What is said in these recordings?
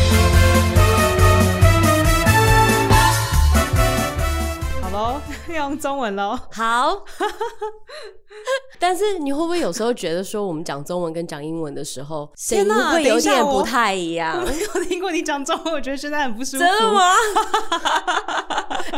用中文喽。好， 但是你会不会有时候觉得说，我们讲中文跟讲英文的时候，声天音哪等会有一下点我不太一样 我？没有听过你讲中文，我觉得现在很不舒服。真的？吗？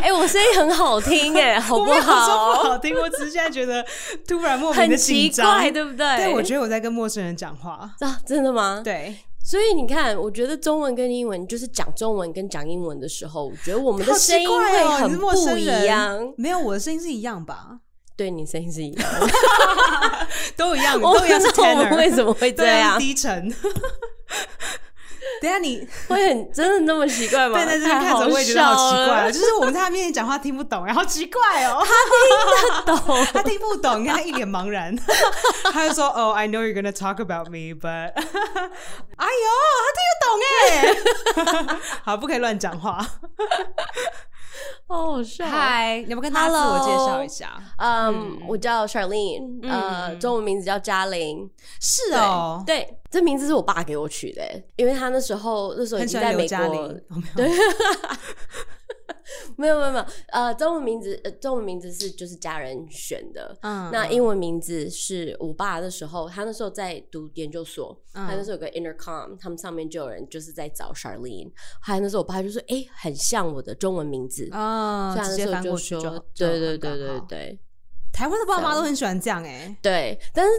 哎、我声音很好 听哎、好我不没有说不好？好听，我只是现在觉得 突然莫名很的奇紧张怪，。对不对？对，我觉得我在跟陌生人讲话。得啊，真的吗？。对，所以你看，我觉得中文跟英文，就是讲中文跟讲英文的时候，我觉得我们的好声奇音怪会哦，你很是陌不生一人样。没有，我的声音是一样 吧？对你声音是一样 的，都一样，我都不一样知是 道我们 tenor，为什么会这对啊，样，低沉。 等一下你 会很真的那么奇怪吗？对在这边太看着，我也觉得好奇怪笑哦，了就是我们在他面前讲话听不懂，然后奇怪哦， 懂。他听不懂，你看他一脸茫然， 他就说：“哦、i know you're gonna talk about me, but…… 哎呦，他听得懂哎， 好，不可以乱讲 话。好好笑。嗨，你要不要跟大家自我介绍一下？嗯嗯，我叫 Charlene，呃，中文名字叫嘉玲。是哦，对，这名字是我爸给我取的欸，因为他那时候那时候已很喜经欢在刘美嘉国玲，，哦没有， 没有没有没有，呃，中文名字、呃、中文名字是就是家人选的。嗯那英文名字是我爸那时候，他那时候在读研究所，嗯他那时候有个 intercom，他们上面就有人就是在找 Charlene，还有那时候我爸就说，哎、很像我的中文名字，啊所以直他那接时翻候过就去就说好，对对就好对刚对好对台湾的爸妈都很喜欢这样哎，对，但是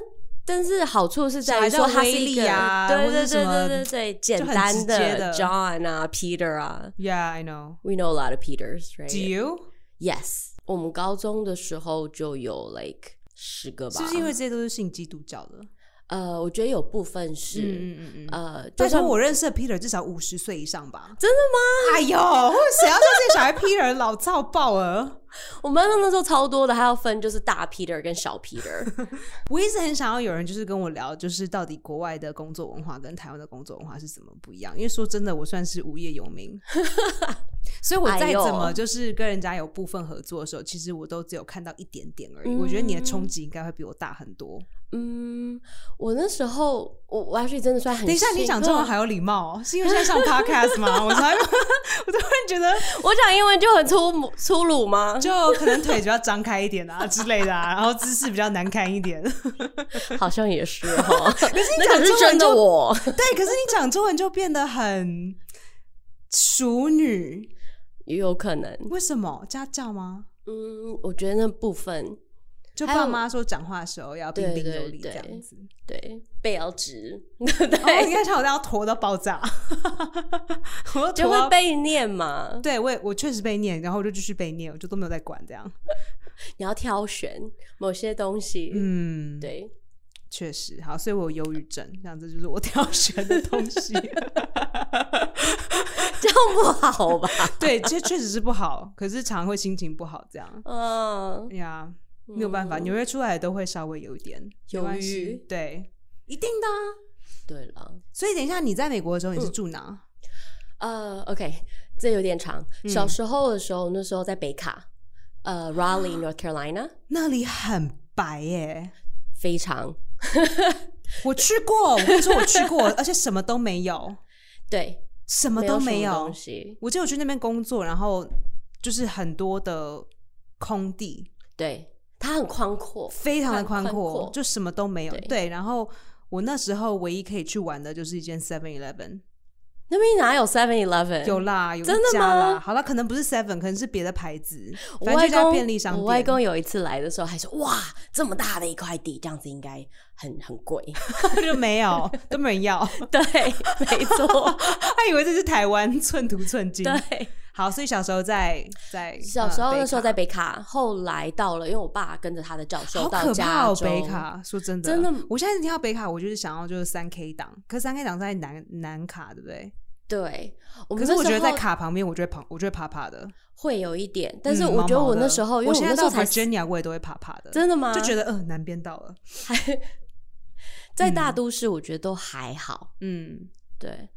但是好处是在于小说孩叫他是一威个利啊对或者对什对么对对对，简很直单接的 John 啊，Peter 啊。 Yeah, I know. We know a lot of Peters, right? Do you? Yes，我们高中的时候就有 like 十个吧，是不是因为这些都是信基督教的？呃，我觉得有部分是、嗯嗯嗯嗯。呃，就拜托，算我认识的 Peter 至少五十岁以上吧。真的吗？哎呦，谁要叫这个小孩 Peter 老造爆了？我们班上那时候超多的，还要分就是大 Peter 跟小 Peter，我一直很想要有人就是跟我聊，就是到底国外的工作文化跟台湾的工作文化是怎么不一样？因为说真的，我算是无业游 民，所以我再哎怎呦么就是跟人家有部分合作的时候，其实我都只有看到一点点而已。我觉得你的冲击应该会比我大很多。嗯，我那时候我我要去真的算很，等一下，你讲中文，还有礼貌、哦，是因为现在上 podcast 吗？我才， 我突然觉得我讲英文就很粗粗鲁吗？ 就可能腿比较张开一点啊 之类的啊，然后姿势比较难看一点。 好像也是哈，那讲中可是文真的就我，对，可是你讲中文就变得很熟女，也有可能，为什么家教吗？嗯，我觉得那部分就还爸有妈说讲话的时候要彬彬有礼这对对对样子。对被要 直，对， 哦，你看像我这样拖到爆炸， 我就就会会。被念嘛，对，我也我确实被念，然后我就继续被念，我就都没有在管这样。你要挑选某些东西，嗯，，对，确实好，所以我有忧郁症，这样子就是我挑选的东西。 这样不好吧？ 对，这确实是不好，可是常会心情不好这样。嗯，哎呀，没有办法，纽约出来都会稍微有一点犹没关系豫对，一定的啊、对了，所以等一下你在美国的时候，嗯你是住哪？呃，OK，这有点长。嗯小时候的时候，那时候在北卡，呃，Raleigh North Carolina，那里很白耶、非常我去过，我跟你说我去过，而且什么都没有，对，什么没都什没么有东。西，我记得我去那边工作，然后就是很多的空地，对，它很宽阔，非常的宽宽阔就什么都没有。对对，然后我那时候唯一可以去玩的就是一间 Seven Eleven。那边哪有 Seven Eleven？有啦，有一真的家啦吗好了，可能不是 Seven，可能是别的牌子，我反正就外一家公，便利商店。我外公有一次来的时候还说：“哇，这么大的一块地，这样子应该很很贵。 就没有，都没人要，”对，没错，他以为这是台湾寸土寸金。对。好，所以小时候在在小时候呃那时候在北北卡，后来到了，因为我爸跟着他的教卡授好到可怕加哦，州。北卡。说真的，真的，我现在听到北卡，我就是想要就是三 K 档，可三 K 档在南南卡，对不对？对，我可们是那我觉时得在候卡旁边，我就会怕，我就会怕怕的。会有一点，但是嗯我觉得毛毛我的那时候，因我为现在我那时候到才 Virginia，我也都会怕怕的，真的吗？就觉得得呃南边到了，在大都市，我觉得都还好。嗯，对，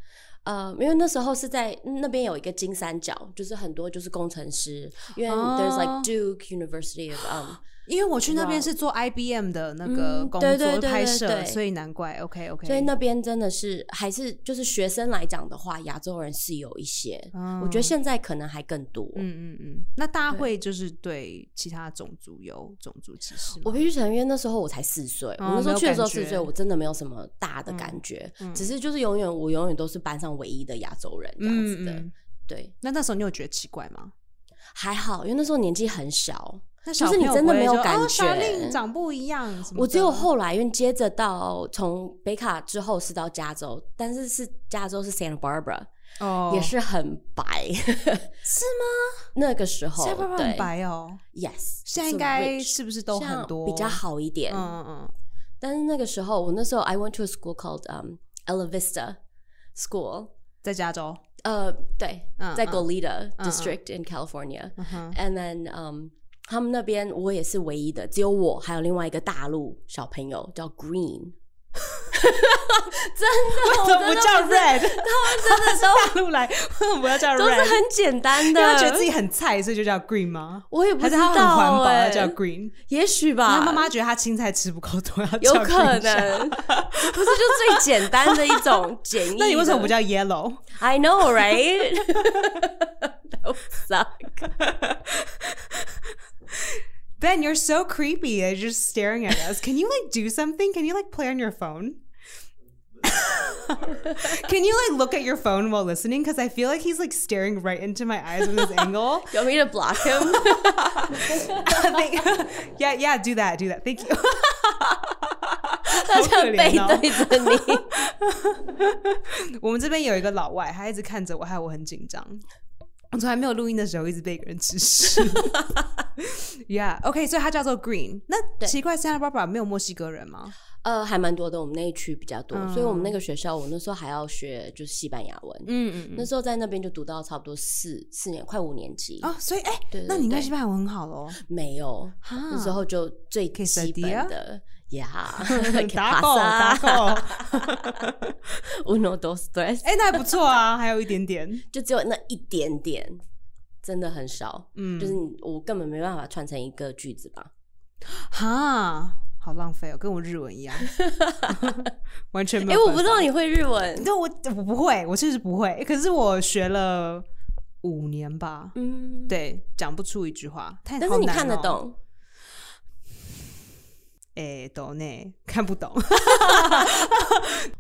呃，因为那时候是在那边有一个金三角，就是很多就是工程师，因为哦 there's like Duke University of um 因为我去那边是做 IBM 的那个嗯工对对作对拍对摄，对所以难怪。OK OK，所以那边真的是还是就是学生来讲的话，亚洲人是有一些，哦我觉得现在可能还更多。嗯嗯嗯，那大家对会就是对其他种族有种族歧视吗？我必须承认，那时候我才四岁，哦我那时没候有去的时候感觉嗯四岁，我真的没有什么大的感觉，只是就是永远我永远都是班上唯一的亚洲人这样子的。嗯对，那那时候你有觉得奇怪吗？还好，因为那时候年纪很小，那就小是你朋友真的不会没有说感哦小觉令长不一样什么我只有的后来，因为接着到从北卡之后是到加州，但是是加州是 Santa Barbara，、哦也是很白， 是吗？那个时候现在爸爸对很白哦， ，yes，现在是应该 rich 是不是都像很多比较？好一点。嗯嗯但是那个时候，我那时候 I went to a school called um Ella Vista School，嗯，在加州，呃，对，嗯在嗯 Goleta 嗯 District in California，and 嗯哼， then um。他们那边我也是唯一的，只有我还有另外一个大陆小朋友叫 Green，真的，我怎么哦真不的叫不是 Red？真的都大陆来，为什么要叫都是 Red？很简单因的，为他觉得自己很菜，所以就叫 Green 吗？我也不还知是他道、欸，很环保，他叫 Green？也许吧，他妈妈觉得他青菜吃不够多，要有叫 green 可下能，不是就最简单的一种简易 的。那你为什么不叫 Yellow？ I know, right? That would suck. Ben, you're so creepy. You're just staring at us. Can you like do something? Can you like play on your phone? Can you like look at your phone while listening? Because I feel like he's like staring right into my eyes from this angle. You want me to block him? I think- yeah, yeah, do that, do that. Thank you. 大家可背怜哦对着 你。我们这边有一个老外，他一直看着我，害我很紧张。我从来没有录音的时候一直被一个人直视。yeah, OK，所以他叫做 Green。那奇怪，Santa Barbara 没有墨西哥人吗？呃，还蛮多的，我们那一区比较多，嗯所以我们那个学校，我那时候还要学就是西班牙文。嗯嗯那时候在那边就读到差不多四四年，快五年级。哦，所以哎、对对那你应该对西班牙文很好 喽。没有，哈那时候就最以基撒本迪的呀，可以 打狗打爬狗山，，uno dos tres，哎、那还不错啊，还有一点点。就只有那一点点，真的很少。嗯就是你我根本没办法串成一个句子吧。哈，好浪费哦，跟我日文 一样，完全没哎、有。我不知道，你会日文。对我我不会，我确实不会。可是我学了五年吧，嗯，对，讲不出一句话，太但是你好难看得哦懂，哎，懂呢，看不 懂。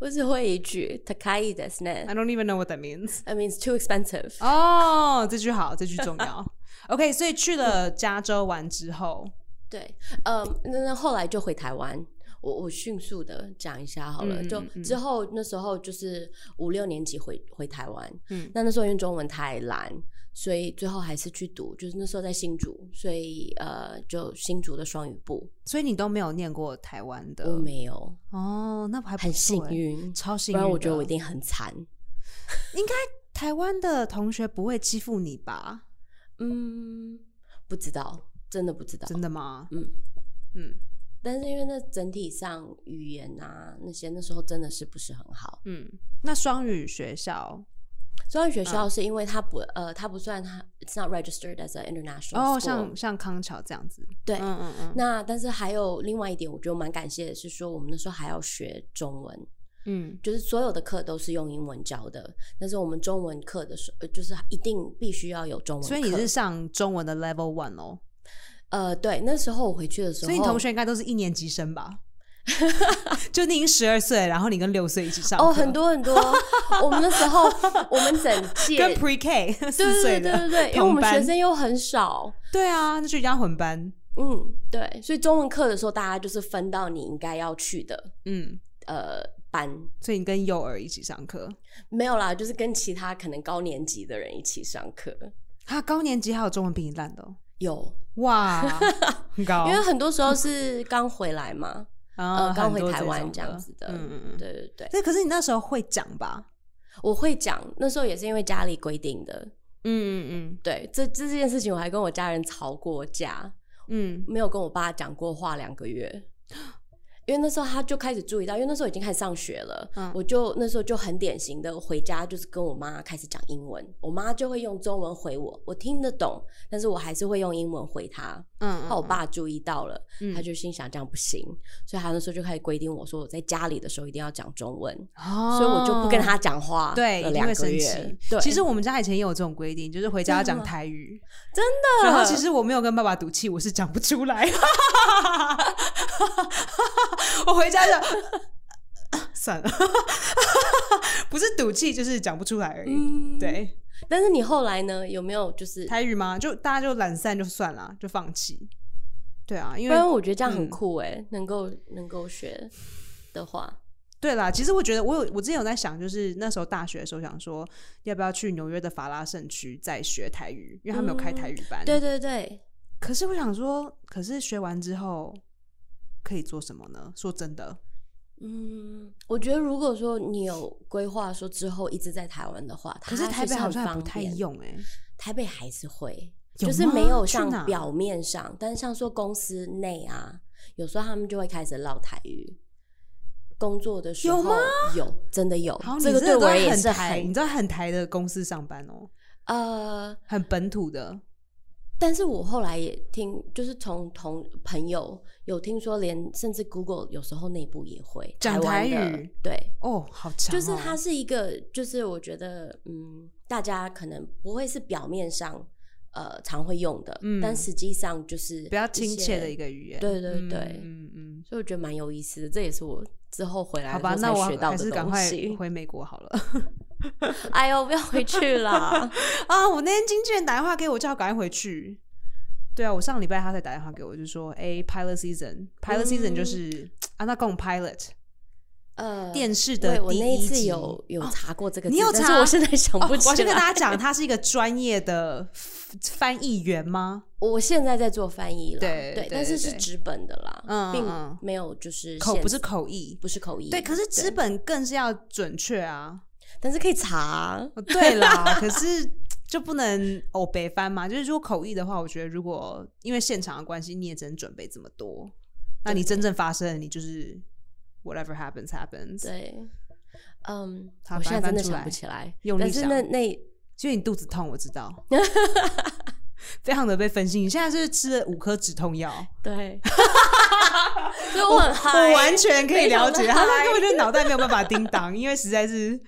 我只会一句 “takai des I ne”。 don't even know what that means。 I mean, it's too expensive. 哦，这句好，这句重 要。OK，所以去了加州玩之后，对，呃，那那后来就回台湾。我我迅速的讲一下好了，嗯就嗯嗯之后那时候就是五六年级回回台湾，嗯那那时候因为中文太烂，所以最后还是去读，就是那时候在新竹，所以呃就新竹的双语部，所以你都没有念过台湾的，我没有，哦，嗯那还不很幸错欸，运，超幸不运的。然我觉得我一定很惨。应该台湾的同学不会欺负你吧？嗯，不知道，真的不知道。真的吗？嗯嗯但是因为那整体上语言啊那些，那时候真的是不是很好。嗯。那双语学校专业学嗯校是因为它不、呃，它不算它，it's not registered as an international 哦， school 像像康桥这样子，对。嗯嗯嗯，那但是还有另外一点，我觉得蛮感谢的是说，我们那时候还要学中文，嗯就是所有的课都是用英文教的，但是我们中文课的时候，呃就是一定必须要有中文课。所以你是上中文的 Level One 哦，呃，对，那时候我回去的时候，所以你同学应该都是一年级生吧？ 就你已经十二岁，然后你跟六岁一起上哦，课很多很多。我们那时 候，我们整届跟 Pre K 四对对对岁对的对对，因为我同们学班生又很少，对啊，那就一定要混班，嗯，对，所以中文课的时候，大家就是分到你应该要去的嗯，呃班，所以你跟幼儿一起上课，没有啦，就是跟其他可能高年级的人一起上课。他高年级还有中文比你烂的、哦，有，哇，很高， 因为很多时候是刚回来嘛，哦啊呃，刚很回多台这湾种这样子的，嗯嗯嗯。对对对，那可是你那时候会讲吧？我会讲，那时候也是因为家里规定的，嗯嗯对，这这件事情我还跟我家人吵过架，嗯嗯，没有跟我爸讲过话两个月。 因为那时候他就开始注意到，因为那时候已经开始上学了，嗯我就那时候就很典型的回家就是跟我妈开始讲英文，我妈就会用中文回我，我听得懂，但是我还是会用英文回她。嗯，后我嗯爸注意到了，嗯他就心想这样不行，所以他那时候就开始规定我说我在家里的时候一定要讲中文，哦所以我就不跟他讲话对，了一定两会个生月气。。对，其实我们家以前也有这种规定，就是回家要讲台语，真的。然后其实我没有跟爸爸赌气，我是讲不出来。 我回家就 算了，不是赌气，就是讲不出来而已。嗯，对，但是你后来呢？有没有就是？台语嘛，就大家就懒散就算了，就放弃。对啊，因不为然我觉得这样很嗯酷哎、能够能够学的话，对啦，其实我觉得我有我之前有在想，就是那时候大学的时候想说，要不要去纽约的法拉盛区再学台语，因为他们有开台语班。对对对，可是我想说，可是学完之后可以做什么呢？说真的，嗯，我觉得如果说你有规划说之后一直在台湾的话，可是它台其北实好很像还不方太便，用哎、台北还是会，有就是吗没有去哪像表面上，但是像说公司内啊，有时候他们就会开始唠台语。工作的时候有吗有真的有好，，你这个真对的我都而在言也很是台，你很知道很台的公司上班哦，呃，很本土的。但是我后来也听，就是从同朋友有听说，连甚至 Google 有时候内部也会讲台湾台的语，对，哦，好强、哦！就是它是一个，就是我觉得，嗯，大家可能不会是表面上呃常会用的，嗯但实际上就是比较亲切的一个，个语言。对对嗯对嗯嗯所以我觉得蛮有意思的，这也是我。之后回来好吧，的时那候我才学到还的是赶东快西。回美国好了。 哎呦，不要回 去啦！啊，我那天经纪人打电话给我，叫我赶快回去。对啊，我上礼拜他才打电话给我，就说：“哎、p i l o t season，pilot season 嗯就是啊，那共 pilot 呃，电视对的我第那一一次集有有哦查过这个字，你有但是查我现在想哦不起我来。先跟大家 讲，他是一个专业的翻译员吗？我现在在做翻译了，对对但是是对纸本的啦，嗯嗯并没有就是口现不是口译，不是口译，对，可是纸本更是要准确啊。但是可以查，哦对啦， 可是就不能哦北翻嘛。就是如果口译的话，我觉得如果因为现场的关系，你也只能准备这么多。那你真正发生，你就是 whatever happens happens。对，嗯，好我现在把它翻真的出来想不起来，用力但是想那那所以你肚子痛，我知 道，非常的被分心。你现在是吃了五颗止痛药， 对，所以我很嗨，我完全可以非常了地解，他嗨根本 就脑袋没有办法叮当，因为实在是，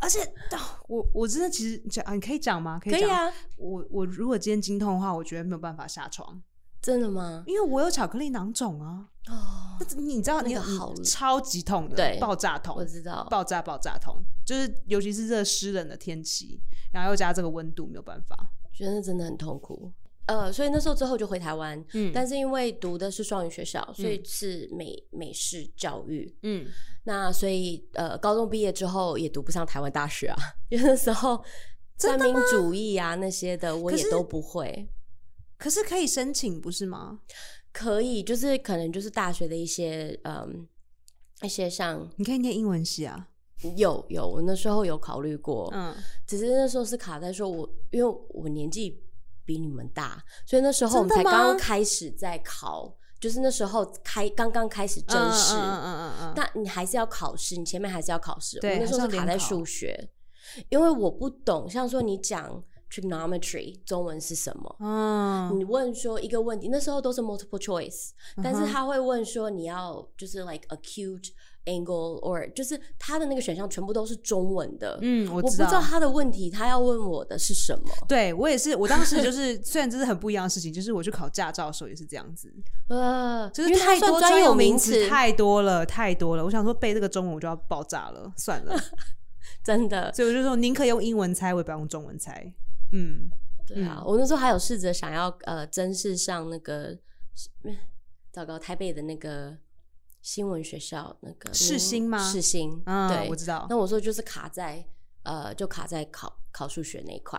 而且哦我我真的其实讲、啊，你可以讲吗？可以可讲以。啊，我我如果今天经痛的话，我觉得没有办法下床，真的吗？因为我有巧克力囊肿啊。哦，那你知道你那有个好你超级痛的，对爆炸我痛，知道，爆炸爆炸痛，就是尤其是热湿冷的天气，然后又加这个温度，没有办法。觉得那真的很痛苦。呃，所以那时候之后就回台湾，嗯但是因为读的是双语学校，所以嗯是美美式教育，嗯，那所以呃，高中毕业之后也读不上台湾大学啊，因为那 时候三民主义啊那些的我可也是都不会。可是可以申请不是吗？可以，就是可能就是大学的一些嗯一些像你可以念英文系啊。有有，我那时候有考虑过，嗯，只是那时候是卡在说我因为我年纪比你们大，所以那时候我们真才的吗刚刚开始在考，就是那时候开刚刚开始正式。嗯嗯嗯嗯嗯嗯。但你还是要考试，你前面还是要考试。我对那时候还是是要卡在联考数学，因为我不懂，像说你讲 trigonometry 中文是什么，嗯嗯你问说一个问题，那时候都是 multiple choice，、但是他会问说你要就是 like acute angle or 就是他的那个选项全部都是中文的，嗯，我我不知知道。道他的问题他要问我的是什么，对我也是，我当时就是 虽然这是很不一样的事情，就是我去考驾照的时候也是这样子，呃，就是因为他太算多专有名词太多了，太多了。我想说背这个中文我就要爆炸了，算了。真的，所以我就说，宁可用英文猜，我也不要用中文猜。嗯，对啊，我那时候还有试着想要呃，真是上那个，糟糕，台北的那个新闻学校那个世嗯新吗世新，啊，对我，知道。那我说就是卡在呃，就卡在考考数学那一块，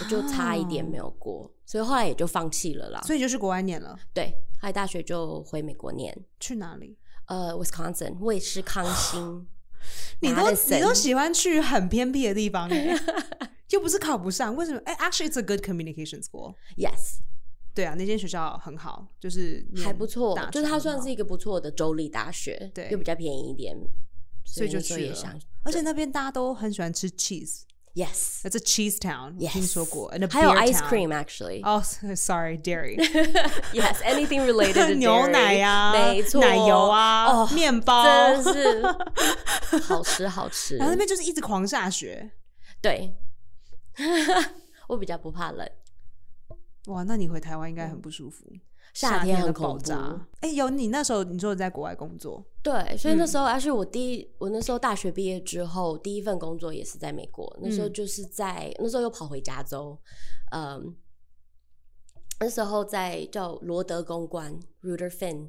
我就差一点没有过，所以后来也就放弃了啦。啊所以就去国外念了，对，后来大学就回美国念，去哪里？，呃，Wisconsin 卫斯康星你都你都喜欢去很偏僻的地方、欸，又不是考不上，为什么？哎、a c t u a l l y it's a good communication school。 yes，对啊，那间学校很好，就是念还不错大，就是学它很算好是一个不错的州立大学，对又比较便宜一点，所以就那时候去也了想，而且那边大家都很喜欢吃 cheese， yes 那这 cheese town 我 yes，听说过，and a 还有 beer ice town cream actually，哦、s o r r y dairy， Yes, anything related to dairy, 牛奶呀、没错，奶油啊，哦，面包，真的 是好吃好吃然。后那边就是一直狂下雪。对， 我比较不怕冷，哇，那你回台湾应该很不舒服，嗯夏天天的很爆恐怖。炸。哎、有你那时候你说你在国外工作，对，所以那时嗯候，而且我第一，我那时候大学毕业之后，第一份工作也是在美国。那嗯时候就是在、那时候又跑回加州，嗯，那时候在叫罗德公关 （Ruder Fin），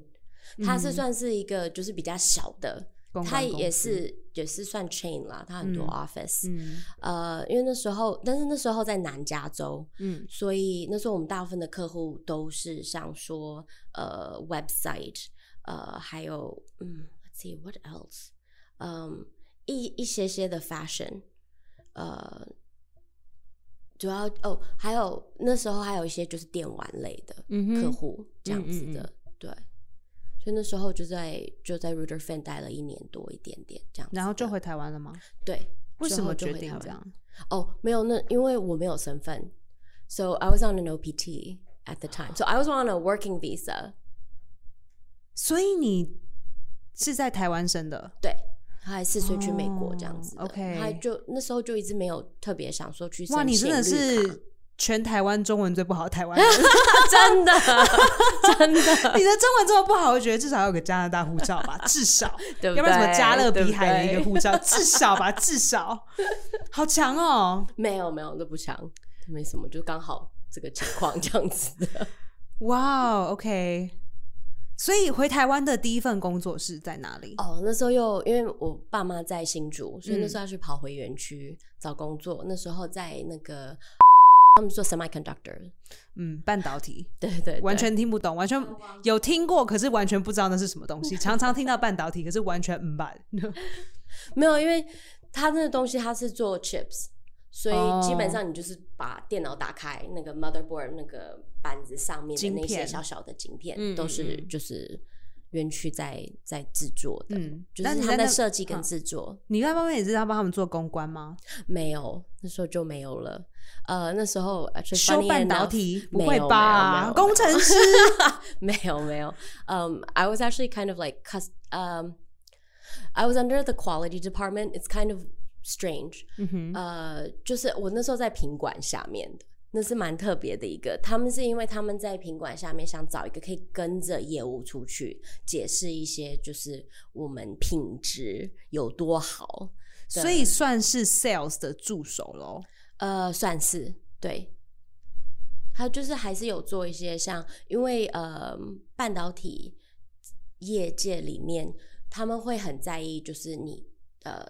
它是算是一个就是比较小嗯的，公关它公也司，是也是算 chain 啦，它很多嗯 office，、嗯呃，因为那时候，但是那时候在南加州，嗯所以那时候我们大部分的客户都是像说呃 website，呃，还有嗯，let's see what else，嗯，一一些些的 fashion，呃，主要哦，还有那时候还有一些就是电玩类的嗯客哼，户、这样子的，嗯对。所以那时候就在就在 Ruder Fan 待了一年多一点点这样子的，然后就回台湾了吗？对，为之什后么就决回定台这湾样？ Oh, 没有那，因为我没有身份，so I was on an OPT at the time. So I was on a working visa. 所以你是在台湾生的，哦对，还四岁去美国这样子。 ，OK。他就那时候就一直没有特别想说去哇，你真的 是全台湾中文最不好的台湾人， 你 的中文这么不好，我觉得至少要有个加拿大护照吧，至少， 对不对要不然什么加勒比海的对一不个对护照，至少吧，至少，好强哦！真的真的没有没有都不强，没什么，就刚好这个情况这样子的。 哇、哦 o k 所以回台湾的第一份工作是在哪里？哦，那时候又因为我爸妈在新竹，所以嗯那时候要去跑回园区找工作。那时候在那个 他们说 semiconductor，嗯，半导体，对对对，完全听不懂，完全有听过，可是完全不知道那是什么东 西。常常听到半导体，可是完全嗯吧。没有，因为它那个东西它是做 chips，所哦以基本上你就是把电脑打开，那个 motherboard 那个板子上面的晶那些片小小的晶片嗯都是嗯嗯就是园区在在制作的，嗯，就那是你他那在设计跟嗯制作。你那方面也是要帮他们做公关吗？没有，那时候就没有了。呃，那时候 actually 修 funny 半导 enough，体？不没会有没有没吧？有工程师 没有没有。Um, I was actually kind of like cus um, I was under the quality department. It's kind of strange. 嗯呃，就是我那时候在品管下面的。那是蛮特别的一个，他们是因为他们在品管下面想找一个可以跟着业务出去解释一些，就是我们品质有多好，所以算是 sales 的助手喽。呃，算是对。他就是还是有做一些像，因为呃，半导体业界里面他们会很在意，就是你呃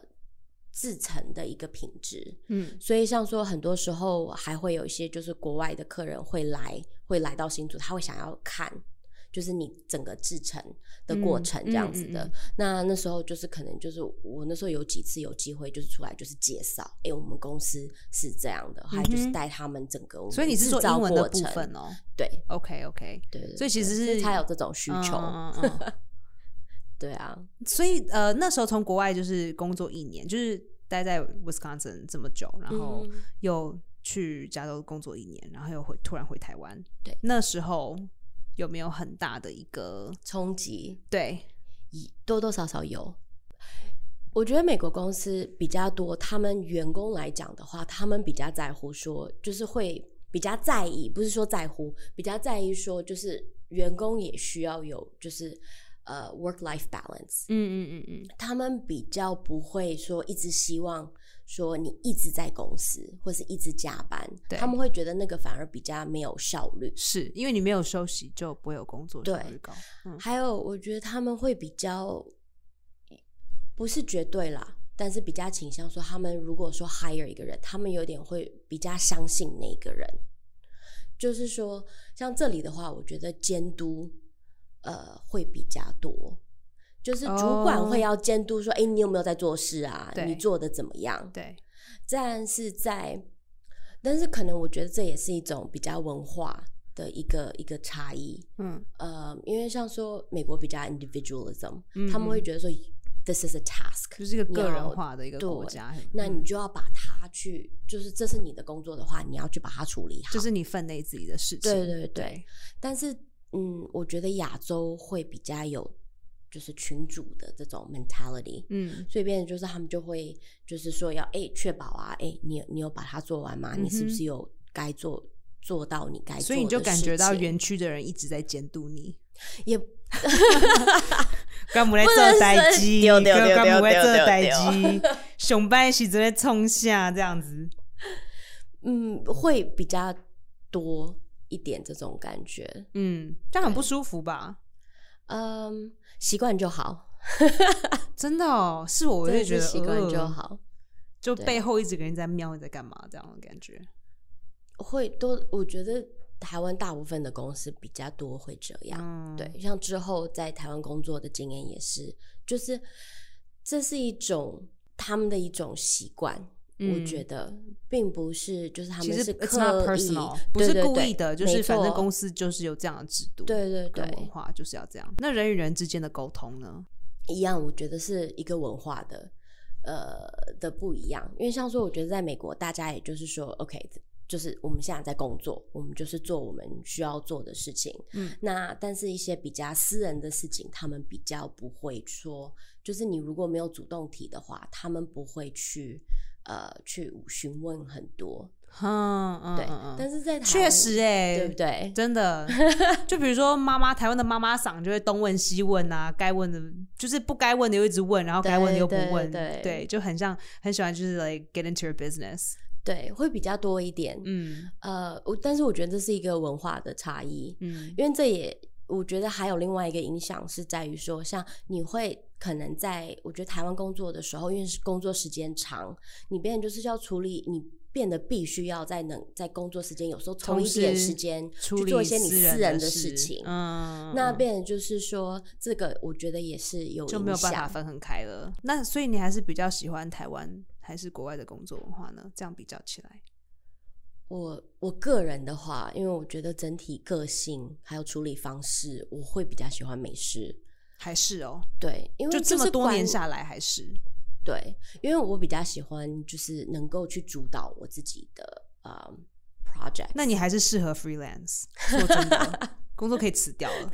制成的一个品质。嗯，所以像说，很多时候还会有一些就是国外的客人会来，会来到新竹，他会想要看，就是你整个制成的过程嗯这样子嗯的。嗯嗯那那时候就是可能就是我那时候有几次有机会就是出来就是介绍，哎、我们公司是这样的，还有就是带他们整个我嗯们所以你是哦制做造英文的过部程，分哦。对 OK OK，对对所以其实对是才有这种需求，嗯嗯嗯嗯对啊，所以呃，那时候从国外就是工作一年，就是待在 Wisconsin 这么久，然后嗯又去加州工作一年，然后又回突然回台湾。对那时候有没有很大的一个冲击对？以多多少少有。我觉得美国公司比较多，他们员工来讲的话，他们比较在乎说，就是会比较在意，不是说在乎，比较在意说，就是员工也需要有就是呃 work life balance，嗯嗯嗯嗯，他们比较不会说一直希望说你一直在公司或是一直加班，对他们会觉得那个反而比较没有效率。是因为你没有休息就不会有工作效率对高。嗯还有，我觉得他们会比较不是绝对啦，但是比较倾向说，他们如果说 hire 一个人，他们有点会比较相信那个人。就是说，像这里的话，我觉得监督呃会比较多，就是主管哦会要监督说，哎、你有没有在做事啊？对你做的怎么样？对，但是在，但是可能我觉得这也是一种比较文化，的一个一个差异。嗯呃，因为像说美国比较 individualism，、嗯他们会觉得说 this is a task，就是一个个人你要化的一个国家，嗯那你就要把它去，就是这是你的工作的话，你要去把它处理好。就是你分内自己的事情。对对对，但是嗯，我觉得亚洲会比较有就是群主的这种 mentality，嗯所以变成就是他们就会就是说要哎确保啊，哎你你有把它做完吗？你是不嗯是有该做做到你该做的事所情？以你就感觉到园区的人一直在监督你，也干母在做代机，啊不能是对对对干母在对做对代机，熊班喜直接冲下这样子。嗯会比较多一点这种感觉，嗯，这样很不舒服吧？嗯，习惯就好，真的哦，是我，我真就的觉是得习惯就呃好。就背后一直有人在瞄你在干嘛这样的感觉。会多，我觉得台湾大部分的公司比较多会这样。嗯，对，像之后在台湾工作的经验也是，就是这是一种他们的一种习惯。我嗯觉得并不是，就是他其们实是 it's 刻 not 意 personal，，不是故意的，就是反正公司司就是有这样的制度，对对跟文对化就是要这样。那人与人之间的沟通呢？一样，我觉得是一个文化的呃的不一样。因为像说，我觉得在美国，大家也就是说，OK，就是我们现在在工作，我们就是做我们需要做的事情。嗯那但是一些比较私人的事情，他们比较不会说，就是你如果没有主动提的话，他们不会去呃去询问很多。嗯嗯，对，嗯嗯但是在台湾确实哎、对不对？真的，就比如说妈妈，台湾的妈妈嗓就会东问西问啊，该问的就是不该问的又一直问，然后该问的又不问，对对对就很像很喜欢就是 like get into your business，对，会比较多一点。嗯呃，我但是我觉得这是一个文化的差异。嗯因为这也我觉得还有另外一个影响是在于说，像你会可能在我觉得台湾工作的时候，因为是工作时间长，你变得就是要处理你。变得必须要在能在工作时间，有时候抽同一点时时间处去理做一些你私人人的事事情，嗯，那嗯变得就是说，这个我觉得也是有就没有影办法响分很开了。那所以你还是比较喜欢台湾还是国外的工作文化呢？这样比较起来，我我个人的话，因为我觉得整体个性还有处理方式，我会比较喜欢美式。还是哦，对，因为就这么是多管年下来还是，对，因为我比较喜欢就是能够去主导我自己的呃、project。那你还是适合 freelance，说真的，工作可以辞掉了。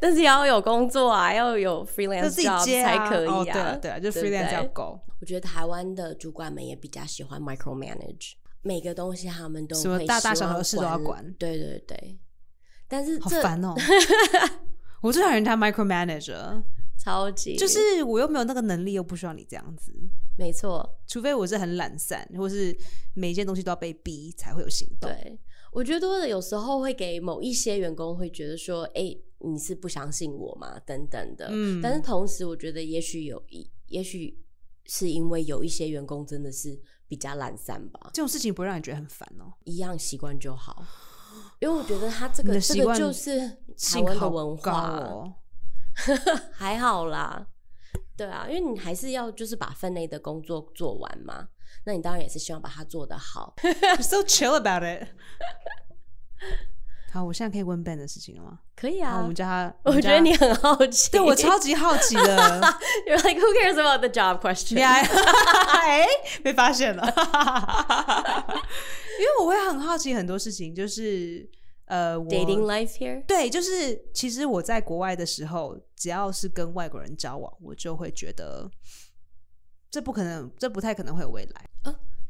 但是也要有工作啊，要有 freelance 就自己 job 接啊，才可以哦、对啊，对啊，就对不 freelance 对要够，我觉得台湾的主管们也比较喜欢 micromanage，每个东西他们都什么会大大希小小望的事都要管对对对，但是好这烦 哦。我最讨厌人家 micromanager，超级就是我又没有那个能力，又不需要你这样子。没错，除非我是很懒散，或是每一件东西都要被逼才会有行动。对。我觉得有时候会给某一些员工会觉得说，哎、你是不相信我吗？等等的。嗯但是同时，我觉得也许有一，也许是因为有一些员工真的是比较懒散吧，这种事情不会让你觉得很烦哦。一样习惯就好。因为我觉得他这你的个这习个惯就是台性湾的好文高化， 哦， 还好啦。对啊，因为你还是要就是把分内的工作做完嘛，那你当然也是希望把它做得 好。 You're so chill about it 。好，我现在可以问 Ben 的事情了吗？可以好，我啊们，叫他。我们觉叫得他你很好奇，对我超级好奇的。 You're like, who cares about the job question? 呀， 哎，被发现 了，因为我会很好奇很多事情，就是呃，我 Dating life here? 对，就是其实我在国外的时候，只要是跟外国人交往，我就会觉得这不可能，这不太可能会有未来。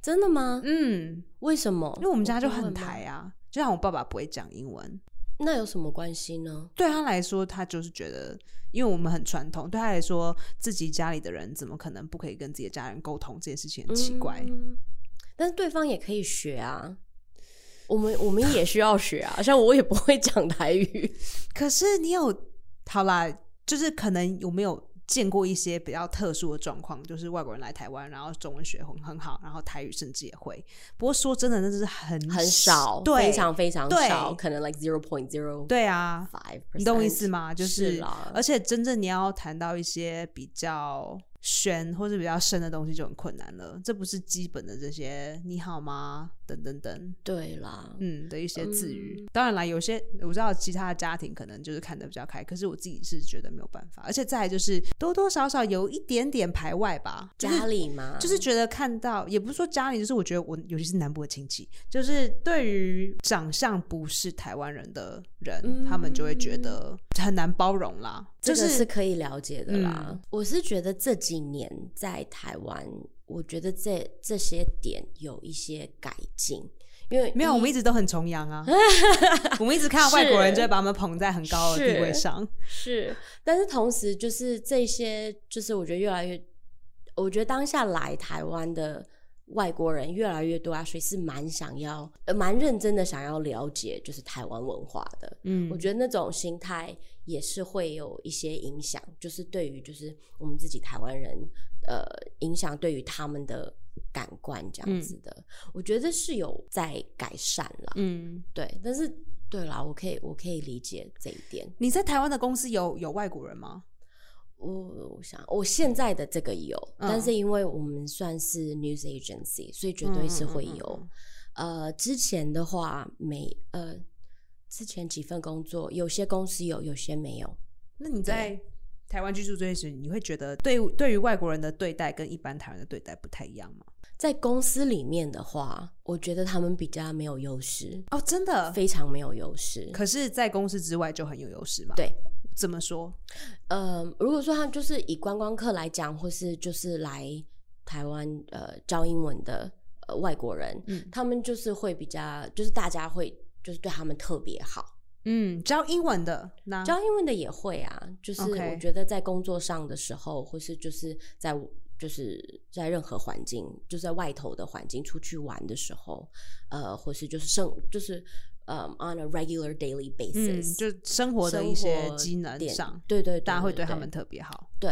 真的吗？嗯，为什么？因为我们家就很台。台啊，就像我爸爸不会讲英文，那有什么关系呢？对他来说，他就是觉得，因为我们很传统，对他来说，自己家里的人怎么可能不可以跟自己的家人沟通这件事情很奇怪。嗯但是对方也可以学啊。我们我们也需要学啊，像我也不会讲台 语。可是你有好啦，就是可能有没有见过一些比较特殊的状况，就是外国人来台湾，然后中文学很很好，然后台语甚至也会。不过说真的，那是很很少，对，非常非常对少，可能 like zero point zero 对啊， five，你懂我意思？吗？就是啦而且真正你要谈到一些比较玄或者比较深的东西就很困难了，这不是基本的这些你好吗？等等等，对啦，嗯的一些自愈。当然啦，有些我知道其他的家庭可能就是看得比较开，可是我自己是觉得没有办法，而且再来就是多多少少有一点点排外吧，就是家里嘛，就是觉得看到，也不是说家里，就是我觉得我，尤其是南部的亲戚，就是对于长相不是台湾人的人，他们就会觉得很难包容啦。嗯这就个是是可以了解的啦。嗯我是觉得这几年在台湾，我觉得这这些点有一些改进，因为没有，我们一直都很崇洋 啊，我们一直看到外国人是就会把他们捧在很高的地位是上。是，但是同时就是这些，就是我觉得越来越，我觉得当下来台湾的外国人越来越多啊，所以是蛮想要，呃，蛮认真的想要了解就是台湾文化的。嗯我觉得那种心态也是会有一些影响，就是对于就是我们自己台湾人，呃，影响对于他们的感官这样嗯子的，我觉得是有在改善啦。嗯，对，但是对啦，我可以我可以理解这一点。你在台湾的公司有有外国人吗？我我想我现在的这个有，嗯但是因为我们算是 news agency，所以绝对是会有。嗯嗯呃，之前的话没呃，之前几份工作有些公司有，有些没有。那你在台湾居住这些时，你会觉得对对于外国人的对待跟一般台湾的对待不太一样吗？在公司里面的话，我觉得他们比较没有优势，哦，真的。非常没有优势。可是，在公司之外就很有优势嘛？对，怎么说？呃，如果说他就是以观光客来讲，或是就是来台湾呃教英文的呃外国人，嗯他们就是会比较，就是大家会就是对他们特别好。嗯，教英文的那教英文的也会啊，就是 OK 我觉得在工作上的时候，或是就是在就是在任何环境，就是在外头的环境出去玩的时候，呃，或是就是生就是呃、on a regular daily 嗯， basis，、就生活的一些机能上，对对对大家会对对他们特别好，对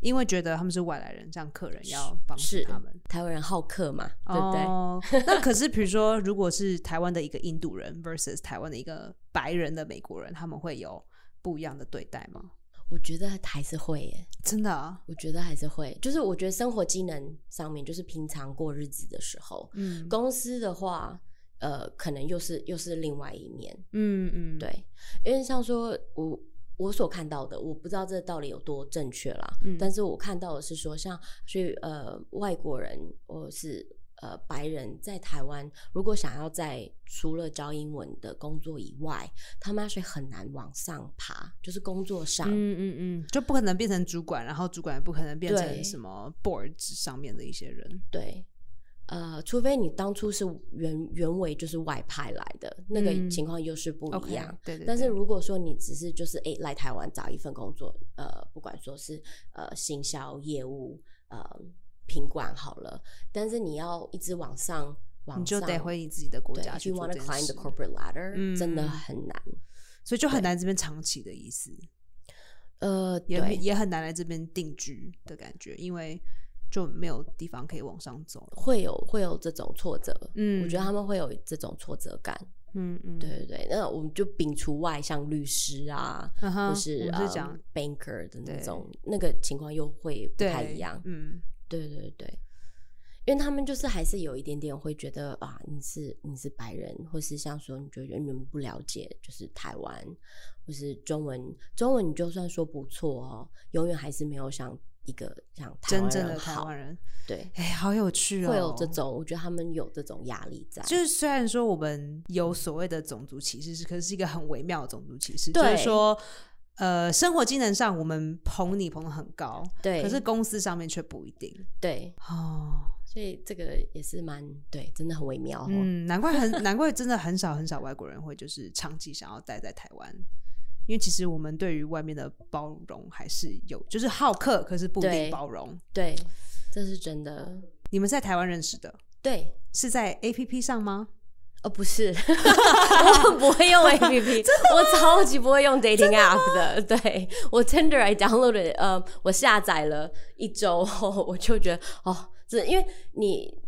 因为觉得他们是外来人，像客人要帮助是他们，台湾人好客嘛，对不对？ 哦那可是，比如说，如果是台湾的一个印度人 versus 台湾的一个白人的美国人，他们会有不一样的对待吗？我觉得还是会耶，真的啊，我觉得还是会，就是我觉得生活机能上面，就是平常过日子的时候，嗯公司的话，呃，可能又是又是另外一面，嗯嗯，，对，因为像说我我所看到的，我不知道这到底有多正确啦，嗯但是我看到的是说，像去呃外国人或是呃白人在台湾，如果想要在除了教英文的工作以外，他们是很难往上爬，就是工作上，嗯嗯嗯，就不可能变成主管，然后主管也不可能变对成什么 board 上面的一些人，对，呃，除非你当初是原原为就是外派来的，那个嗯情况又是不一 OK，样。对对但是对如果说你只是就是诶、来台湾找一份工作，呃，不管说是呃行销业务，呃，品管好了，但是你要一直往上，往上你就得回你自己的国对家，if 去 you 做 want 这 to 件 climb 事 the，corporate ladder，、真的嗯很难。所以就很难这边长期的意思，呃，也对，也很难来这边定居的感觉，因为就没有地方可以往上走了。会有会有这种挫折，嗯我觉得他们会有这种挫折感。嗯嗯，对，对对，那我们就摒除外，像律师啊，嗯哼或是我们呃是讲 banker 的那对种，那个情况又会不对太一样。嗯，对对对，因为他们就是还是有一点点会觉得啊，你是你是白人，或是像说你觉得你们不了解，就是台湾，或是中文，中文你就算说不错哦，永远还是没有像一个像台真湾正人的台好。湾人，对，哎，好有趣哦，会有这。种，我觉得他们有这种压力在。就是虽然说我们有所谓的种族歧视，是可是是一个很微妙的种族歧视，就对是说，呃，生活技能上我们捧你捧的很高，对，可是公司上面却不一定对，哦。所以这个也是蛮对，真的很微妙、哦。嗯，难怪很难怪真的很少很少外国人会就是长期想要待在台湾，因为其实我们对于外面的包容还是有，就是好客，可是不一对定包容。对，这是真的。你们是在台湾认识的，对，是在 A P P 上吗？哦，不是， 我不会用 A P P，我超级不会用 dating app 的。对我 Tinder I downloaded，呃，我下载了一周后，我就觉得哦，这因为你。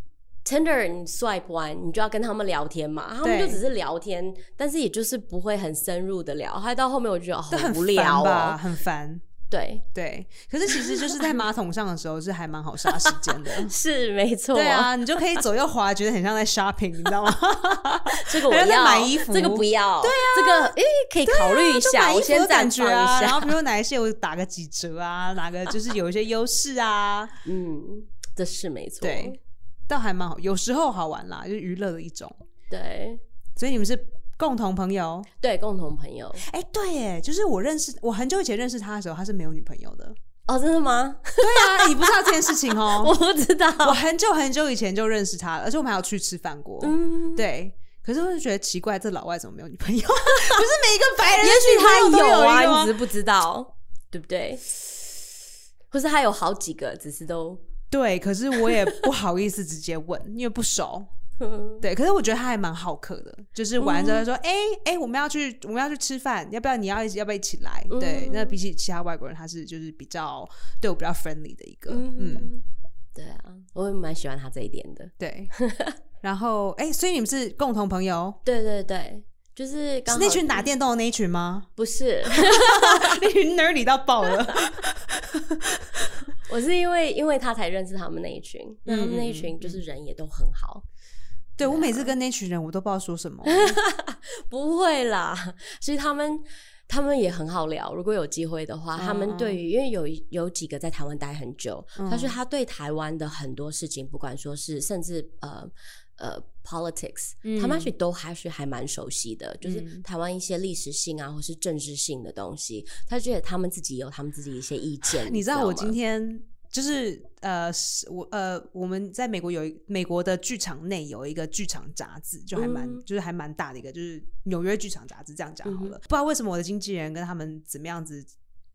Tinder 你 swipe 完，你就要跟他们聊天嘛，他们对就只是聊天，但是也就是不会很深入的聊。还到后面我就觉得哦这好很无烦聊吧，哦，很烦。对，对，可是其实就是在马桶上的时候是还蛮好杀时间 的。是没错。对啊，你就可以左右滑，觉得很像在 shopping，你知道吗？ 这个我还要要再买衣服这个不要。对啊，这个诶可以考虑一就下，买我衣服先的暂感停觉一啊，然下。后比如哪一些我打个几折啊，哪个就是有一些优势啊，嗯，这是没错。对，倒还蛮好，有时候好玩啦，就是娱乐的一种。对所以你们是共同朋友？对共同朋友哎、对耶，就是我认识我很久以前认识他的时候，他是没有女朋友的。哦，真的吗？对啊，你不知道这件事情哦 我。不知道。 我很久很久以前就认识他了，而且我们还有去吃饭过。嗯，对，可是我就觉得奇怪，这老外怎么没有女朋友？不 是每一个白人，也许他有有一个啊，吗你只是不知道，对不对？或是他有好几个，只是都 对，可是我也不好意思直接问，因为不熟。嗯对，可是我觉得他还蛮好客的，就是玩着说，哎哎、我们要去，我们要去吃饭，要不要？你要一起，要不要一起来？对，那比起其他外国人，他是就是比较对我比较 friendly 的一个，嗯，嗯，对啊，我也蛮喜欢他这一点的。对。 然后，哎、所以你们是共同朋友？对对对，就是刚是好那群打电动的那一群 吗？不是， 那群 nerdy 到爆了。 我是因为因为他才认识他们那一群，那他们那一群就是人也都很好，对我每次跟那群人，我都不知道说什么。不会啦， 其实他们。他们也很好聊，如果有机会的话，嗯他们对于因为有一有几个在台湾待很久，嗯他说他对台湾的很多事情，不管说是甚至呃呃 politics，、他嗯们去都还是还蛮熟悉的，就是台湾一些历史性啊，或是政治性的东西，他觉得他们自己有他们自己一些意见。你知道我今吗天就是呃，是我呃，我们在美国有一美国的剧场内有一个剧场杂志，就还蛮、嗯就是还蛮大的一个，就是纽约剧场杂志这样讲好了。不知道为什么我的经纪人跟他们怎么样子。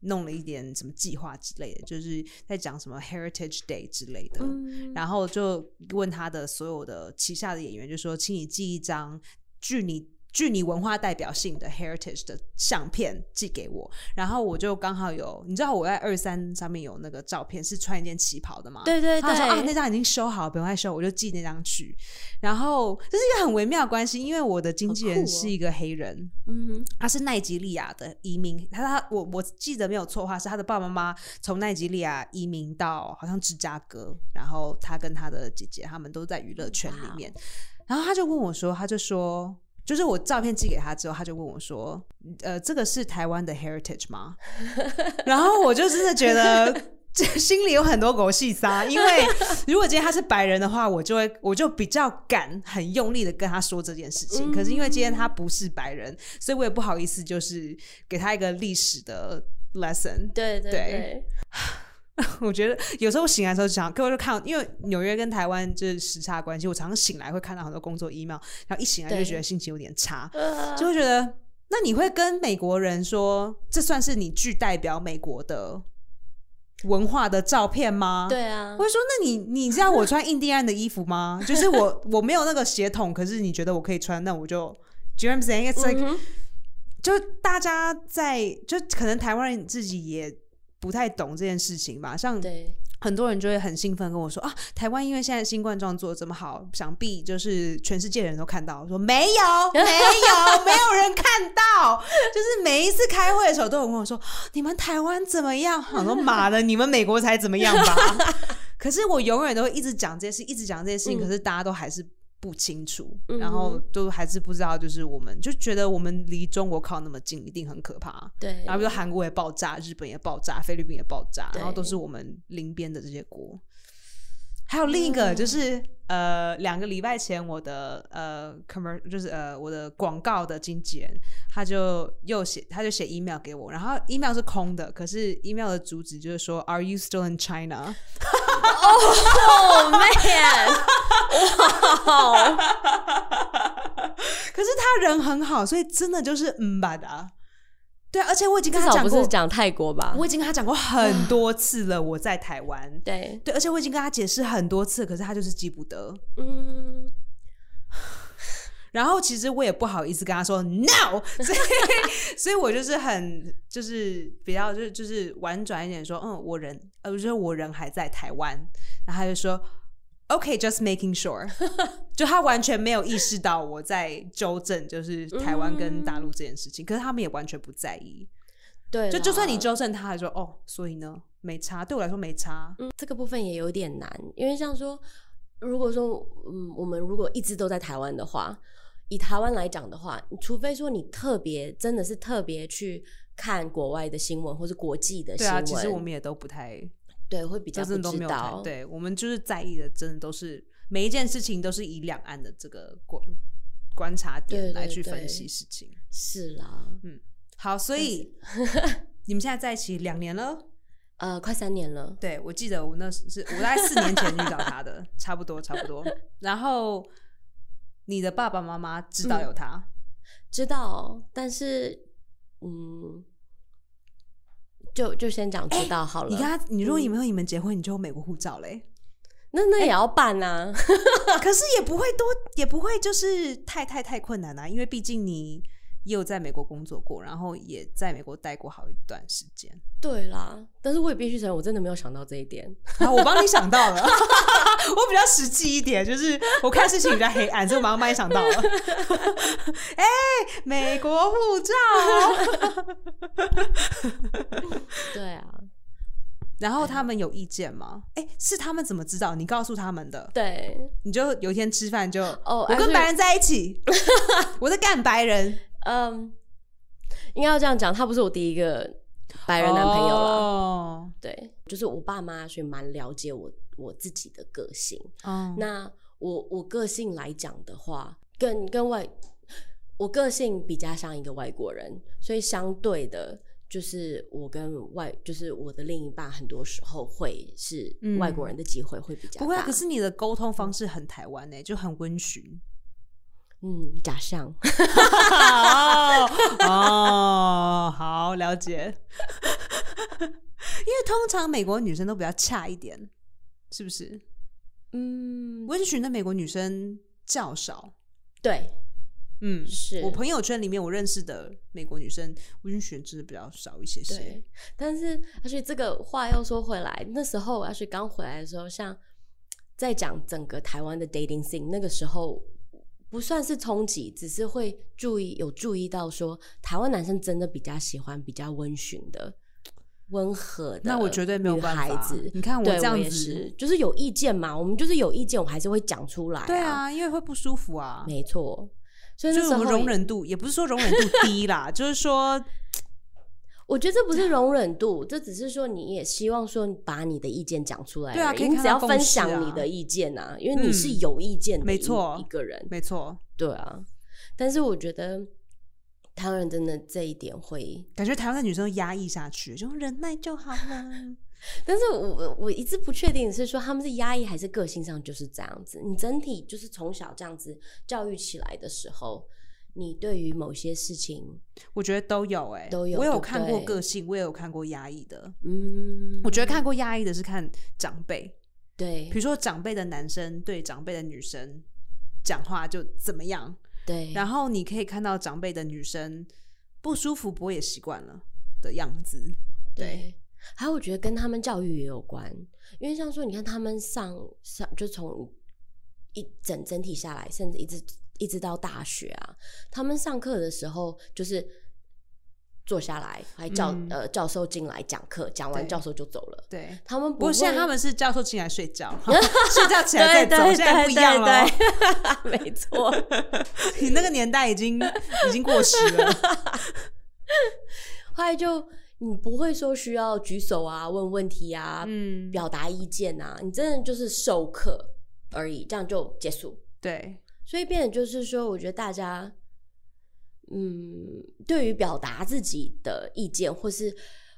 弄了一点什么计划之类的，就是在讲什么 Heritage Day 之类的，嗯然后就问他的所有的旗下的演员，就说：“请你寄一张具你具你文化代表性的 heritage 的相片寄给我。”然后我就刚好有，你知道我在二三上面有那个照片是穿一件旗袍的嘛？对对他说啊，对那张已经收好，不用再收，我就寄那张去。然后这是一个很微妙的关系，因为我的经纪好人酷哦是一个黑人，嗯哼他是奈及利亚的移民，他他我我记得没有错的话，是他的爸爸妈妈从奈及利亚移民到好像芝加哥，然后他跟他的姐姐他们都在娱乐圈里面，然后他就问我说，他就说。就是我照片寄给他之后，他就问我说：“呃，这个是台湾的 heritage 吗？” 然后我就真的觉得这心里有很多狗细沙，因为如果今天他是白人的话，我就会我就比较敢很用力的跟他说这件事情。可是因为今天他不是白人，所以我也不好意思，就是给他一个历史的 lesson。 对对对对，我觉得有时候醒来的时候想，各位就看，因为纽约跟台湾就是时差关系，我常常醒来会看到很多工作 email，然后一醒来就对觉得心情有点差，呃就会觉得。那你会跟美国人说，这算是你具代表美国的文化的照片吗？对啊我，会说，那你你知道我穿印第安的衣服吗？ 就是我我没有那个血统，可是你觉得我可以穿，那我就。Do you know what I'm saying? It's like、嗯哼就大家在就可能台湾人自己也不太懂这件事情吧，像对，很多人就会很兴奋跟我说啊，台湾因为现在新冠状况做的这么好，想必就是全世界的人都看到。我说没有，没有，没有人看到。就是每一次开会的时候，都有跟我说你们台湾怎么样？我说妈的，你们美国才怎么样吧？ 可是我永远都会一直讲这些事，一直讲这些事情，可是大家都还是。不清楚，嗯哼然后都还是不知道，就是我们就觉得我们离中国靠那么近，一定很可怕。对，然后比如说韩国也爆炸，日本也爆炸，菲律宾也爆炸，对然后都是我们邻边的这些国。还有另一嗯个就是、呃，两个礼拜前我的呃 commer 就是呃我的广告的经纪人，他就又写他就写 email 给我，然后 email 是空的，可是 email 的主旨就是说 Are you still in China？哦 Oh man！哇，可是他人很好，所以真的就是嗯吧的。对啊，而且我已经至跟他少讲不是过，讲泰国吧？我已经跟他讲过很多次了，我在台湾。对，对，而且我已经跟他解释很多次，可是他就是记不得。嗯，然后其实我也不好意思跟他说 no，所 以所以我就是很就是比较就是就是婉转一点说，嗯，我人呃，我觉得我人还在台湾，然后他就说 OK，just、making sure，就 他完全没有意识到我在纠正就是台湾跟大陆这件事情，可是他们也完全不在意。嗯对啦，啊就就算你纠正他，还说哦，所以呢没差，对我来说没差。嗯，这个部分也有点难，因为像说，如果说，嗯，我们如果一直都在台湾的话，以台湾来讲的话，除非说你特别真的是特别去看国外的新闻或是国际的对新闻，啊，其实我们也都不太，对会比较就不真的都知没有太道，，对我们就是在意的，真的都是每一件事情都是以两岸的这个观观察对点对来去分对析事情。是啦，好，所以你们现在在一起两年了。呃，快三年了，对，我记得我那时是我大概四年前遇到他的，差不多差不多。然后你的爸爸妈妈知嗯道有他，知道，但是，嗯，就就先讲知道好了，你跟他，你嗯如果你没有你们结婚，你就有美国护照嘞。那那也要办啊， 可是也不会多，也不会就是太太太困难啊，因为毕竟你也有在美国工作过，然后也在美国待过好一段时间。对啦，但是我也必须承认，我真的没有想到这一点。然后我帮你想到了，我比较实际一点，就是我看事情比较黑暗，所以我马上帮你想到 了。哎、美国护照。 哦对啊，然后他们有意见吗？哎、是他们怎么知道？你告诉他们的，对，你就有一天吃饭就哦我跟 actually- 白人在一起， 我在干白人嗯，应该要这样讲，他不是我第一个白人男朋友了。哦，对，就是我爸妈是蛮了解我我自己的个性。嗯那我我个性来讲的话，跟跟外，我个性比较像一个外国人，所以相对的，就是我跟外，就是我的另一半，很多时候会是嗯外国人的机会会比较大。不会、啊，可是你的沟通方式很台湾呢、欸就很温 驯。嗯，假象。哦哦，好了解。因 为通常美国女生都比较恰一点，是不是？嗯，温驯的美国女生较少。对，嗯，是我朋友圈里面我认识的美国女生温驯真的比较少一些些对。，但是而且这个话又说回来，那时候而且刚回来的时候，像在讲整个台湾的 dating scene，那个时候不算是冲击，只是会注意有注意到说，台湾男生真的比较喜欢比较温驯的。温和的，那我绝对没有办法孩子，你看我对这样也子是就是有意见嘛，我们就是有意见，我还是会讲出来、对，啊，因为会不舒服啊。没错。所以就是那时我候们容忍度，也不是说容忍度低 啦，就是说，我觉得这不是容忍度，这只是说你也希望说你把你的意见讲出来而已，对啊可以你看只到要共分识啊享你的意见啊，因为你嗯是有意见的一，没错一个人，没错，对啊。但是我觉得台湾人真的这一点会，感觉台湾的女生都压抑下去，就忍耐就好了。但是我我我一直不确定是说他们是压抑还是个性上就是这样子，你整体就是从小这样子教育起来的时候，你对于某些事情，我觉得都有哎、欸，都有我对有不看过对个性，我也有看过压抑的。嗯，我觉得看过压抑的是看长辈，对比如说长辈的男生对长辈的女生讲话就怎么样，对，然后你可以看到长辈的女生不舒服，不过也习惯了的样子。对，还有我觉得跟他们教育也有关，因为像说，你看他们上上就从一整整体下来，甚至一直一直到大学啊，他们上课的时候就是坐下来，还教、嗯呃教授进来讲课，讲完对教授就走了。对，他们不不过现在会他们是教授进来睡 觉，睡觉起来再对走，对现在不一样了。哦对 对没错。 你那个年代已经已经过时 了。后来就你不会说需要举手啊、问问题啊、嗯，表达意见啊，你真的就是授课而已，这样就结束。对，所以变得就是说，我觉得大家，嗯，对于表达自己的意见，或是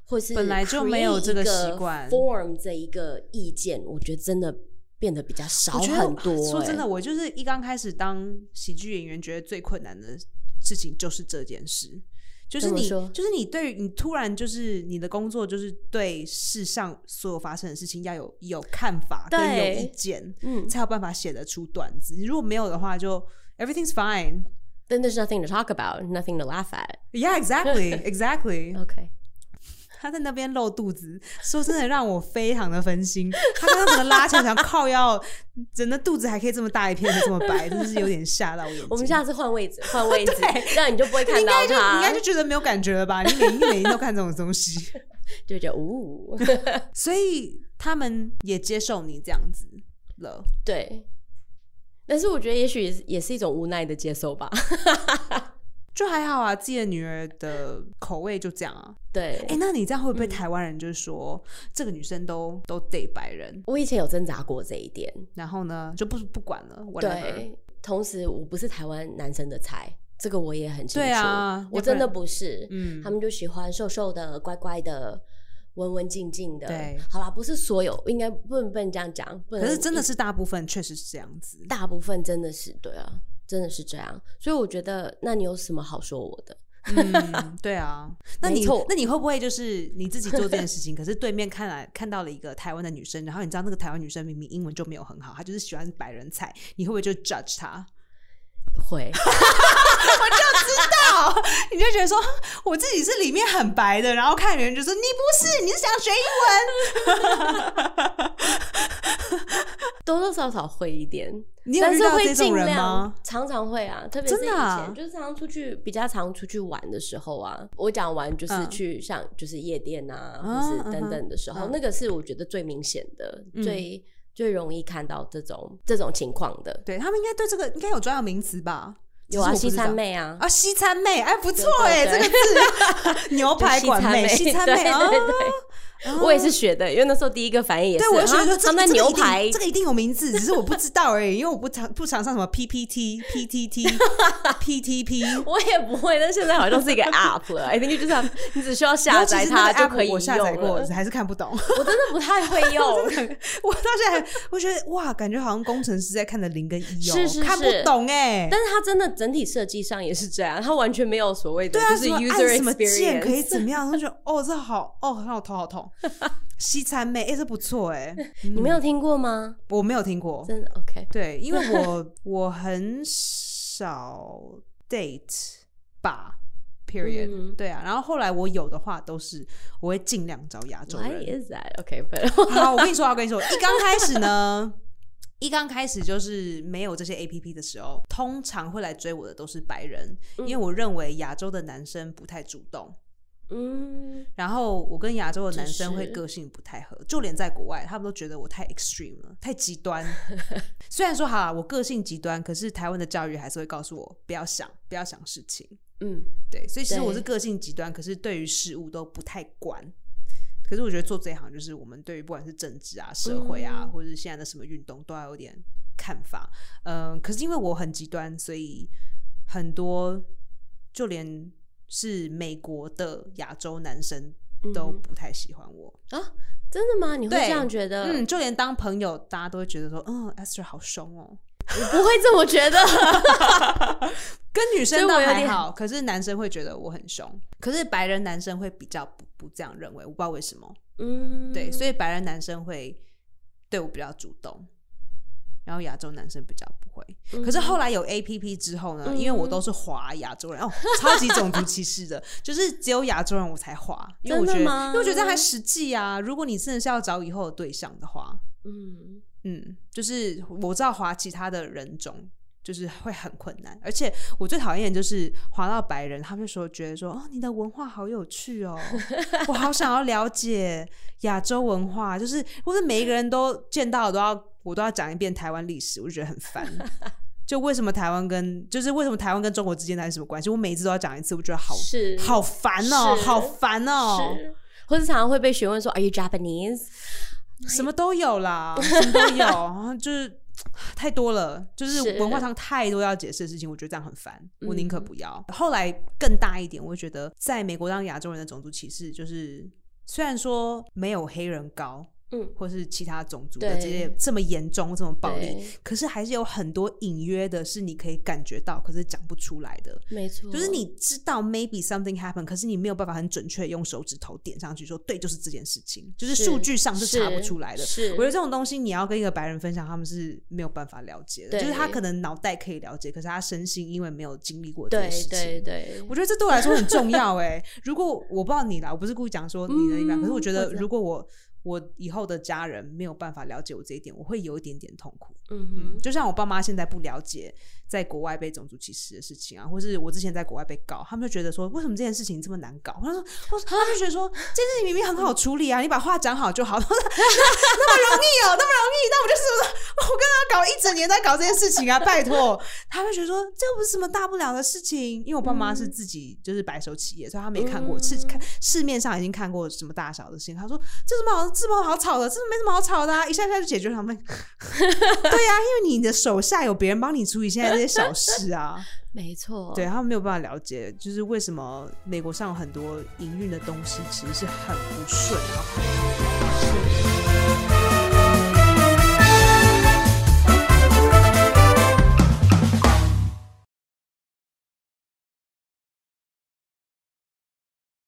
或是本来就没有这个 create 一习惯，form 这一个意见，我觉得真的变得比较少我觉得啊很多、说真的，欸，我就是一刚开始当喜剧演员，觉得最困难的事情就是这件事，就是怎么你，说就是你对于你突然就是你的工作就是对世上所有发生的事情要有有看法跟有对意见，嗯才有办法写得出段子。你如果没有的话就，everything's fine。 ，then there's nothing to talk about, nothing to laugh at. Yeah, exactly, exactly. OK，他在那边露肚子，说真的让我非常的分心。他刚刚整个拉起来，想靠腰，整个肚子还可以这么大一片，这么白，真是有点吓到我眼睛。我们下次换位置，换 位置，这样你就不会看到你应该就你应他该，就觉得没有感觉了吧？你每你每天都看这种东西， 就觉得哦呜，所以他们也接受你这样子了。对。但是我觉得也许也是也是一种无奈的接受吧。 就还好啊，自己的女儿的口味就这样啊。对，哎、那你这样会不嗯会被台湾人就是说、这个女生都都得白人，我以前有挣扎过这一点。然后呢就不不管了，whatever？对，同时我不是台湾男生的菜，这个我也很清楚。对啊我要不然真的不是。嗯他们就喜欢瘦瘦的、乖乖的、文文静静的。对好啦，不是所有，应该不能不能这样讲。不能可是真的是大部分确实是这样子。大部分真的是对啊，真的是这样。所以我觉得，那你有什么好说我的？ 嗯，对啊。那没你错那你会不会就是你自己做这件事情，可是对面看来看到了一个台湾的女生，然后你知道那个台湾女生明明英文就没有很好，她就是喜欢白人菜，你会不会就 judge 她？ 会，你就觉得说哼我自己是里面很白的，然后看人就说你不是，你是想学英 多多少少会一点。你有但遇是到会这种尽人量吗？常常会啊，特别是以真的前，啊就是常常出去比较常出去玩的时候啊。我讲完就是嗯去像就是夜店啊，啊或是等等的时候，嗯那个是我觉得最明显的，嗯最最容易看到这种这种情况的。对他们应该对这个应该有专有名词吧？有啊，只是西我不知道餐妹啊，啊，西餐妹，哎，不错对哎，对这个字 牛就排西馆餐妹，妹，西餐对妹对啊，对啊对，我也是学的，因为那时候第一个反应也是，对，我就觉啊得这他个们这个牛一定排这个一定有名字，只是我不知道而已，因为我不常不常上什么 PPT、PTT、PTP。 我也不会，但现在好像是一个 app 了，I think 就是它你只需 要下尤其载是那它个就 app 可以用我下载过，了还是看不懂。我真的不太会用， 我到现在还我觉得哇，感觉好像工程师在看的零跟一哦，是是看不是懂哎、但是它真的整体设计上也是这样，它完全没有所谓的对啊，就是什么 user 按什么键可以 experience。怎么样？我就觉得哦，这好哦，让我头好 痛。西餐妹，哎、这不错哎、你没有听过吗？我没有听过。真的 OK，对，因为我我很少 date 吧，period、嗯对啊，然后后来我有的话都是我会尽量找亚洲 Why 人。 is that OK？But 好，我跟你说，啊我跟你说，一刚开始呢。一刚开始就是没有这些 A P P 的时候，通常会来追我的都是白人，因为我认为亚洲的男生不太主动， 嗯，然后我跟亚洲的男生只会是个性不太合，就连在国外，他们都觉得我太 extreme 了，太极端。 虽然说好啦，我个性极端，可是台湾的教育还是会告诉我不要想，不要想事情。嗯，对，所以其实对我是个性极端，可是对于事物都不太管。可是我觉得做这一行，就是我们对于不管是政治啊、社会啊，嗯或者是现在的什么运动，都要有点看法。嗯，可是因为我很极端，所以很多就连是美国的亚洲男生嗯都不太喜欢我。真的吗？你会对这样觉得？嗯，就连当朋友，大家都会觉得说，嗯，Esther 好凶哦。我不会这么觉 得。跟女生所以倒我有还点好，可是男生会觉得我很凶。可是白人男生会比较不不这样认为，我不知道为什么。嗯，对，所以以白人男生会对我比较主动，然后亚洲男生比较不会。嗯可是后来有 A P P 之后呢，因为我都是华亚洲 人，哦，超级种族歧视的，就是只有亚洲人我才华，因为我觉得，真的吗因为我觉得这样还实际啊。如果你真的是要找以后的对象的话，嗯，嗯，就是我知道滑其他的人种。就是会很困难，而且我最讨厌的就是滑到白人，他们就说觉得说哦，你的文化好有趣哦， 我好想要了解亚洲文化，就是或者每一个人都见到都要我都要讲一遍台湾历史，我就觉得很 烦。就为什么台湾跟就是为什么台湾跟中国之间到底什么关系？我每一次都要讲一次，我觉得好是好烦哦，是好烦哦，是，或者常常会被询问说 Are you Japanese？什哎么都有 啦，什么都有，就是太多了，就是是文化上太多要解释的事情，我觉得这样很烦，我宁可嗯不要。后来更大一点，我会觉得在美国当亚洲人的种族歧视，就是虽然说没有黑人高，嗯或是其他种族的这对些这么严重、这么暴力对，可是还是有很多隐约的是你可以感觉到，可是讲不出来的。没错，就是你知道 maybe something happened，可是你没有办法很准确地用手指头点上去说对，就是这件事情，就是数据上是查不出来的。是，我觉得这种东西你要跟一个白人分享，他们是没有办法了解的，对就是他可能脑袋可以了解，可是他身心因为没有经历过这对件事情。对对，我觉得这对我来说很重要哎、如果我不知道你啦，我不是故意讲说你的一般，嗯可是我觉我得知道如果我我以后的家人没有办法了解我这一点，我会有一点点痛苦。嗯嗯，哼，就像我爸妈现在不了解在国外被种族歧视的事情啊，或是我之前在国外被告，他们就觉得说为什么这件事情这么难搞？他说，我他们就觉得说这件事情明明很好处理啊，你把话讲好就好， 那那么容易哦，那么容易，那我就是我跟他搞一整年在搞这件事情啊，拜托，他们觉得说这又不是什么大不了的事情，因为我爸妈是自己就是白手起业，所以他没看过是看市面上已经看过什么大小的事情，他说这有什么好这么好吵的，这没什么好吵的、啊，一下下就解决他们。对呀、啊，因为你的手下有别人帮你处理现在这些小事啊，没错，对他们没有办法了解，就是为什么美国上有很多营运的东西其实是很不顺，然后很